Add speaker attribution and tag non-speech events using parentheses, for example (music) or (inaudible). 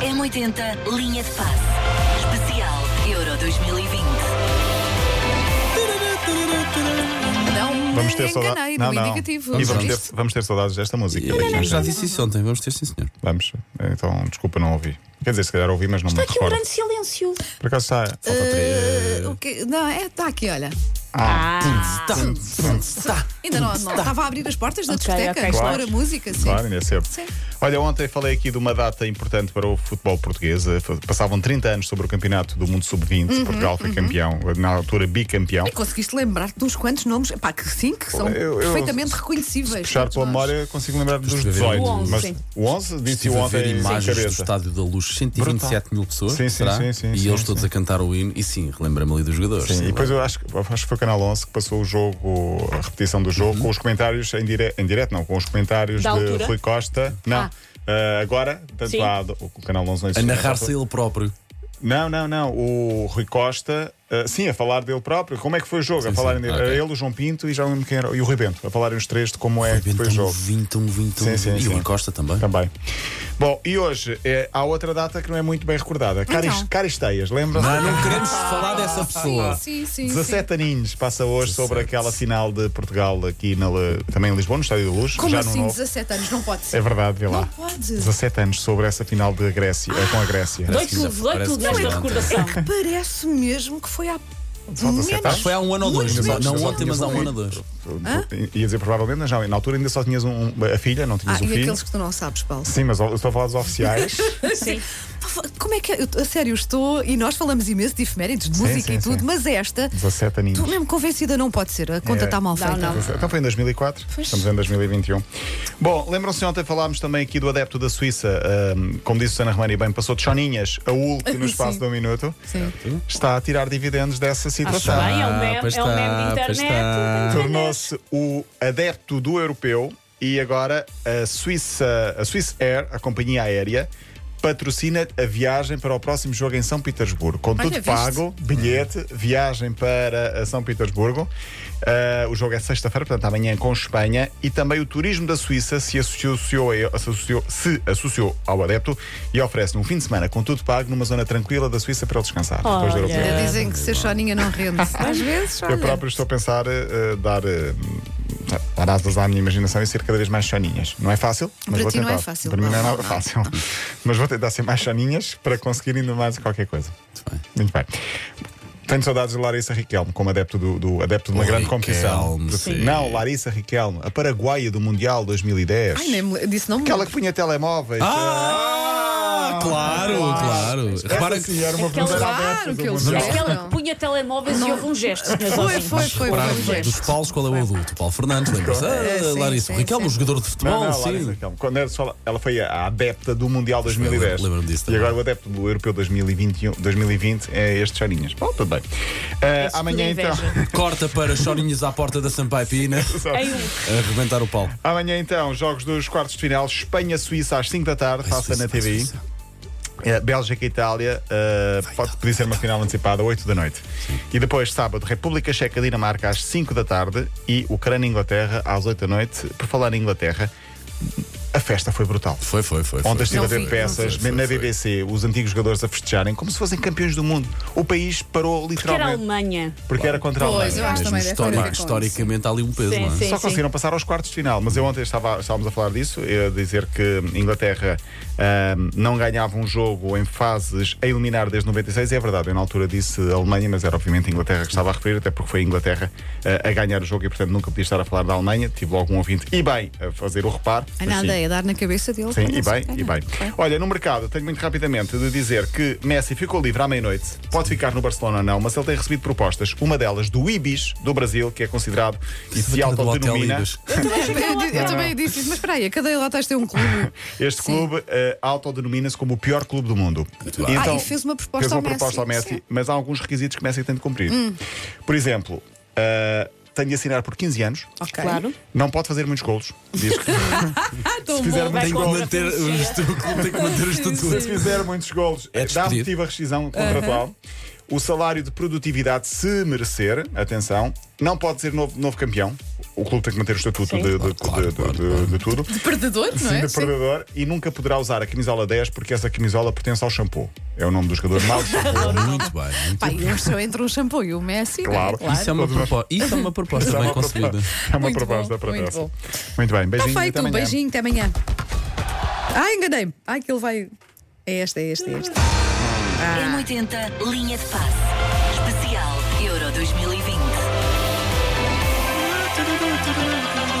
Speaker 1: M80 Linha de Passe. Especial Euro 2020.
Speaker 2: Não
Speaker 3: Vamos
Speaker 2: me
Speaker 4: Ah,
Speaker 2: enganei,
Speaker 3: ter saudades.
Speaker 2: não, é indicativo.
Speaker 3: E vamos
Speaker 2: Viste?
Speaker 3: ter, vamos ter saudades desta música.
Speaker 5: Eu já disse isso ontem, vamos ter sim, senhor.
Speaker 3: Vamos. Então, desculpa, não ouvi. Quer dizer, se calhar ouvi, mas não
Speaker 4: Está
Speaker 3: me
Speaker 4: aqui um
Speaker 3: recordo.
Speaker 4: grande Ah, silêncio.
Speaker 3: Por acaso está.
Speaker 2: Eh, o quê? Não, é, está aqui, olha.
Speaker 3: Ah.
Speaker 5: Tá, tá.
Speaker 2: Ainda não, não. Estava a abrir as portas da
Speaker 4: Ah. Ok,
Speaker 2: discoteca,
Speaker 4: ok.
Speaker 2: expor
Speaker 3: Claro.
Speaker 2: a música, sim.
Speaker 3: Claro, ainda é cedo.
Speaker 2: Sim.
Speaker 3: Olha, ontem falei aqui de uma data importante para o futebol português. Eh, fa- Passavam 30 anos sobre o campeonato do mundo sub-20.
Speaker 4: Uhum,
Speaker 3: Portugal foi campeão, na altura bicampeão.
Speaker 2: E conseguiste lembrar-te de uns quantos nomes, pá, que sim, que são
Speaker 3: Eu- eu-
Speaker 2: perfeitamente reconhecíveis.
Speaker 3: Puxar
Speaker 2: todos
Speaker 3: pela
Speaker 2: nós.
Speaker 3: memória, consigo lembrar dos
Speaker 5: Estive a ver
Speaker 3: 18.
Speaker 5: o
Speaker 4: onze,
Speaker 3: mas
Speaker 4: sim.
Speaker 3: o 11 disse
Speaker 5: Estive
Speaker 3: o
Speaker 5: a
Speaker 3: ontem
Speaker 5: ver
Speaker 3: sem
Speaker 5: imagens do
Speaker 3: cabeça.
Speaker 5: Estádio da Luz, 127 mil pessoas.
Speaker 3: Sim, sim,
Speaker 5: será?
Speaker 3: sim, sim,
Speaker 5: E
Speaker 3: sim,
Speaker 5: eles todos a cantar o hino. E sim, relembra-me ali dos jogadores.
Speaker 3: Sim, e depois eu acho, que- acho que foi o Canal 11 que passou o jogo, a repetição do jogo,
Speaker 5: Uhum.
Speaker 3: com os comentários em, dire, em direto, não, com os comentários
Speaker 4: Da
Speaker 3: de
Speaker 4: altura?
Speaker 3: Rui Costa. Não. Ah, agora, tanto
Speaker 4: Sim.
Speaker 3: há, o Canal 11 não é
Speaker 5: a
Speaker 3: existe.
Speaker 5: narrar-se ele próprio.
Speaker 3: Não, não, não. O Rui Costa, ah, sim, a falar dele próprio. Como é que foi o jogo? a
Speaker 5: Sim,
Speaker 3: falar
Speaker 5: sim.
Speaker 3: em-
Speaker 5: Ah,
Speaker 3: a
Speaker 5: ok.
Speaker 3: ele, o João Pinto e, já não lembro quem era, e o Rui Bento. A falarem os três de como é que foi o
Speaker 5: Então,
Speaker 3: jogo.
Speaker 5: 20, 20,
Speaker 3: Sim, sim,
Speaker 5: E o
Speaker 3: sim.
Speaker 5: Encosta também.
Speaker 3: Também. Bom, e hoje eh, há outra data que não é muito bem recordada. Caris,
Speaker 2: Então.
Speaker 3: Caristeias, lembra-se?
Speaker 5: Ah, não queremos falar dessa pessoa.
Speaker 2: Sim, sim, sim.
Speaker 3: 17 aninhos passa hoje sobre
Speaker 5: 17.
Speaker 3: aquela final de Portugal aqui na, Le- também em Lisboa, no Estádio da Luz.
Speaker 2: Como
Speaker 3: já
Speaker 2: assim,
Speaker 3: no novo.
Speaker 2: 17 anos? Não pode
Speaker 3: É
Speaker 2: ser.
Speaker 3: verdade, vê lá.
Speaker 2: Não pode. Ah,
Speaker 3: 17 anos sobre essa final de Grécia, eh, com a Grécia.
Speaker 5: Parece
Speaker 4: Dói
Speaker 5: que
Speaker 4: tudo,
Speaker 5: já-
Speaker 4: dói
Speaker 5: parece
Speaker 4: tudo
Speaker 5: que já
Speaker 4: nesta
Speaker 5: foi ontem.
Speaker 4: recordação.
Speaker 2: É Parece mesmo que foi há.
Speaker 3: Só 17 anos.
Speaker 5: Foi há um ano ou dois,
Speaker 3: Ainda só-
Speaker 5: não
Speaker 3: ainda só
Speaker 5: ontem, mas
Speaker 3: tinhas
Speaker 5: há um
Speaker 3: filho.
Speaker 5: ano ou dois.
Speaker 3: Eh, Ia dizer provavelmente, mas não. Na altura ainda só tinhas um- a filha, não
Speaker 2: Ah,
Speaker 3: tinhas
Speaker 2: e
Speaker 3: o filho.
Speaker 2: aqueles que Ah. tu não sabes, Paulo?
Speaker 3: Sim, mas eu estou a falar
Speaker 2: (laughs)
Speaker 3: dos oficiais.
Speaker 4: Sim.
Speaker 2: Como é que é? Eu- A sério, estou. E nós falamos imenso de efemérides, de
Speaker 3: Sim,
Speaker 2: música
Speaker 3: sim,
Speaker 2: e tudo,
Speaker 3: sim.
Speaker 2: mas esta.
Speaker 3: 17 aninhos.
Speaker 2: Estou mesmo convencida, não pode ser. A conta
Speaker 3: É.
Speaker 2: está mal
Speaker 4: Não,
Speaker 2: feita.
Speaker 4: não.
Speaker 3: Então foi em 2004, estamos em 2021. Bom, lembram-se ontem falámos também aqui do adepto da Suíça, hum, como disse Susana Romani bem, passou de choninhas a Hulk no espaço
Speaker 2: (laughs) Sim.
Speaker 3: de um minuto.
Speaker 2: Sim.
Speaker 3: Está a tirar dividendos dessa
Speaker 4: Acho
Speaker 3: situação.
Speaker 4: bem, é um
Speaker 5: Ah,
Speaker 4: meme,
Speaker 5: pois
Speaker 4: é um meme de
Speaker 5: está, pois está.
Speaker 4: internet.
Speaker 3: Tornou-se o adepto do europeu e agora a Suíça, a Swiss Air, a companhia aérea, patrocina a viagem para o próximo jogo em São Petersburgo. Com
Speaker 2: Olha,
Speaker 3: tudo
Speaker 2: viste?
Speaker 3: pago, bilhete, viagem para a São Petersburgo. Ah, o jogo é sexta-feira, portanto, amanhã com Espanha. E também o turismo da Suíça se associou, a- associou- se associou ao adepto e oferece um fim de semana com tudo pago numa zona tranquila da Suíça para ele descansar. depois do
Speaker 4: Olha.
Speaker 3: europeu.
Speaker 2: Ainda Dizem que ser choninha não rende. (laughs) Às vezes, olha.
Speaker 3: Eu próprio estou a pensar eh, dar, eh, dar asas à minha imaginação e ser cada vez mais choninhas. Não é fácil, mas
Speaker 2: Para
Speaker 3: vou
Speaker 2: ti
Speaker 3: tentar.
Speaker 2: não é fácil,
Speaker 3: Para mim não é
Speaker 2: não,
Speaker 3: nada
Speaker 2: não,
Speaker 3: fácil. (laughs) mas vou tentar ser mais choninhas para conseguir ainda mais qualquer coisa. Muito bem. Tenho saudades de Larissa Riquelme, como adepto, do, do- adepto de uma grande competição.
Speaker 5: Riquelme,
Speaker 3: De-
Speaker 5: sim.
Speaker 3: Não, Larissa Riquelme, a paraguaia do Mundial 2010.
Speaker 2: Ai, nem me... disse não me
Speaker 3: Aquela que punha telemóveis.
Speaker 5: Ah, claro, claro.
Speaker 3: Essa
Speaker 5: Repara que.
Speaker 3: sim, era uma
Speaker 4: Aquela-
Speaker 3: verdadeira
Speaker 2: Claro
Speaker 3: adepta do
Speaker 2: que eles-
Speaker 3: Mundial.
Speaker 2: Não.
Speaker 4: Aquela que punha telemóveis e houve um gesto. senhores
Speaker 2: Foi,
Speaker 4: ouvintes.
Speaker 2: foi, foi.
Speaker 5: Repara
Speaker 2: foi um gesto.
Speaker 5: dos Paulos, qual é o adulto? Paulo Fernandes, lembra-se?
Speaker 2: É,
Speaker 5: Ah,
Speaker 2: sim,
Speaker 5: Larissa
Speaker 2: sim,
Speaker 5: Riquelme,
Speaker 2: sim.
Speaker 5: um jogador de futebol,
Speaker 3: não, não,
Speaker 5: sim.
Speaker 3: Larissa Riquelme. Quando era só, ela foi a adepta do Mundial 2010.
Speaker 5: Eu lembro-me disso
Speaker 3: E
Speaker 5: também.
Speaker 3: agora o adepto do Europeu 2021, 2020 é este Charinhas. Bom, tudo bem. Ah,
Speaker 4: Esse
Speaker 3: amanhã
Speaker 4: tudo
Speaker 3: então.
Speaker 4: inveja.
Speaker 5: Corta para chorinhos à porta da Sampaio Pina.
Speaker 4: Em um.
Speaker 5: A Arrebentar o pau.
Speaker 3: Amanhã então, jogos dos quartos de final, Espanha-Suíça às 5 da tarde, passa na TVI. Eh, Bélgica e Itália, eh, pode podia ser uma final antecipada, 8 da noite. E depois, sábado, República Checa Dinamarca às 5 da tarde e Ucrânia Inglaterra às 8 da noite. Por falar em Inglaterra, a festa foi brutal.
Speaker 5: Foi, foi, foi.
Speaker 3: Ontem
Speaker 5: foi.
Speaker 3: estive a
Speaker 2: Não
Speaker 3: ver
Speaker 2: vi,
Speaker 3: peças
Speaker 5: não vi.
Speaker 3: na
Speaker 5: Foi, foi.
Speaker 3: BBC, os antigos jogadores a festejarem como se fossem campeões do mundo. O país parou
Speaker 4: Que era a
Speaker 3: literalmente.
Speaker 4: Alemanha.
Speaker 3: Porque era contra a
Speaker 2: Pois,
Speaker 3: Alemanha.
Speaker 2: eu acho
Speaker 5: Mesmo
Speaker 2: também deve ter a ver
Speaker 5: histori-
Speaker 2: com isso.
Speaker 5: historicamente há ali um peso,
Speaker 4: Sim,
Speaker 5: não é?
Speaker 4: sim.
Speaker 3: Só conseguiram passar aos quartos de final, mas eu ontem estava, estávamos a falar disso, a dizer que Inglaterra ahm, não ganhava um jogo em fases a eliminar desde 96, e é verdade, eu na altura disse Alemanha, mas era obviamente a Inglaterra que estava a referir, até porque foi a Inglaterra ah, a ganhar o jogo e portanto nunca podia estar a falar da Alemanha, tive logo um ouvinte, e bem, a fazer o reparo.
Speaker 2: Ah,
Speaker 3: Mas sim,
Speaker 2: Nada, é dar na cabeça é dele.
Speaker 3: Sim,
Speaker 2: quando
Speaker 3: e
Speaker 2: ele se
Speaker 3: bem,
Speaker 2: calhar.
Speaker 3: e bem. Olha, no mercado, tenho muito rapidamente de dizer que Messi ficou livre à meia-noite. Pode ficar no Barcelona ou não, mas ele tem recebido propostas. Uma delas do Ibis, do Brasil, que é considerado e se
Speaker 5: Aquela do Hotel
Speaker 3: autodenomina.
Speaker 5: Libras.
Speaker 2: Eu,
Speaker 4: Então,
Speaker 2: eu- eu também disse isso, mas espera aí, a cadeia lá tem um clube.
Speaker 3: Este clube eh, autodenomina-se como o pior clube do mundo. então,
Speaker 5: bem.
Speaker 2: Ah, e fez uma proposta
Speaker 3: fez uma
Speaker 2: ao Messi. Hum.
Speaker 3: proposta ao Messi,
Speaker 2: Sim.
Speaker 3: mas há alguns requisitos que Messi tem de cumprir. Por exemplo, eh, tem de assinar por 15 anos.
Speaker 2: Ok.
Speaker 4: Claro.
Speaker 3: Não pode fazer muitos golos. Diz
Speaker 2: (laughs)
Speaker 3: que
Speaker 2: Tão
Speaker 3: fizer
Speaker 2: bom.
Speaker 3: uma-
Speaker 4: Vai
Speaker 5: Tem que
Speaker 4: contra a
Speaker 5: manter o
Speaker 4: filosofia.
Speaker 5: estatuto. Tem que manter o
Speaker 2: (laughs)
Speaker 3: se
Speaker 5: estatuto.
Speaker 3: fizer muitos golos,
Speaker 5: É
Speaker 3: dá
Speaker 5: despedido.
Speaker 3: motivo à rescisão contratual. O salário de produtividade, se merecer, atenção, não pode ser novo, novo campeão. o clube tem que manter o estatuto
Speaker 4: Sim.
Speaker 3: de, de-
Speaker 5: Claro,
Speaker 3: de-
Speaker 5: claro,
Speaker 3: de-
Speaker 5: claro.
Speaker 3: de tudo.
Speaker 2: Perdedor, não
Speaker 3: Sim,
Speaker 2: é?
Speaker 3: de perdedor e nunca poderá usar a camisola 10 porque essa camisola pertence ao shampoo. É o nome do jogador
Speaker 5: (laughs)
Speaker 3: mau shampoo.
Speaker 5: Muito bem. Muito
Speaker 2: Pai, eu sou entre um shampoo e o Messi, não é?
Speaker 3: Claro.
Speaker 5: Isso é uma, propo- isso é uma proposta
Speaker 3: Isso é
Speaker 5: bem
Speaker 3: uma propo-
Speaker 5: concebida.
Speaker 3: É uma
Speaker 2: Muito
Speaker 3: proposta
Speaker 2: bom,
Speaker 3: para
Speaker 2: muito
Speaker 3: essa.
Speaker 2: bom.
Speaker 3: Muito bem, beijinho.
Speaker 2: Está
Speaker 3: até
Speaker 2: feito, um
Speaker 3: amanhã.
Speaker 2: beijinho, até amanhã. Ah, enganei-me. Ah, que ele vai. É esta, é esta, é esta.
Speaker 1: M80 Linha de Passe. Especial Euro 2020.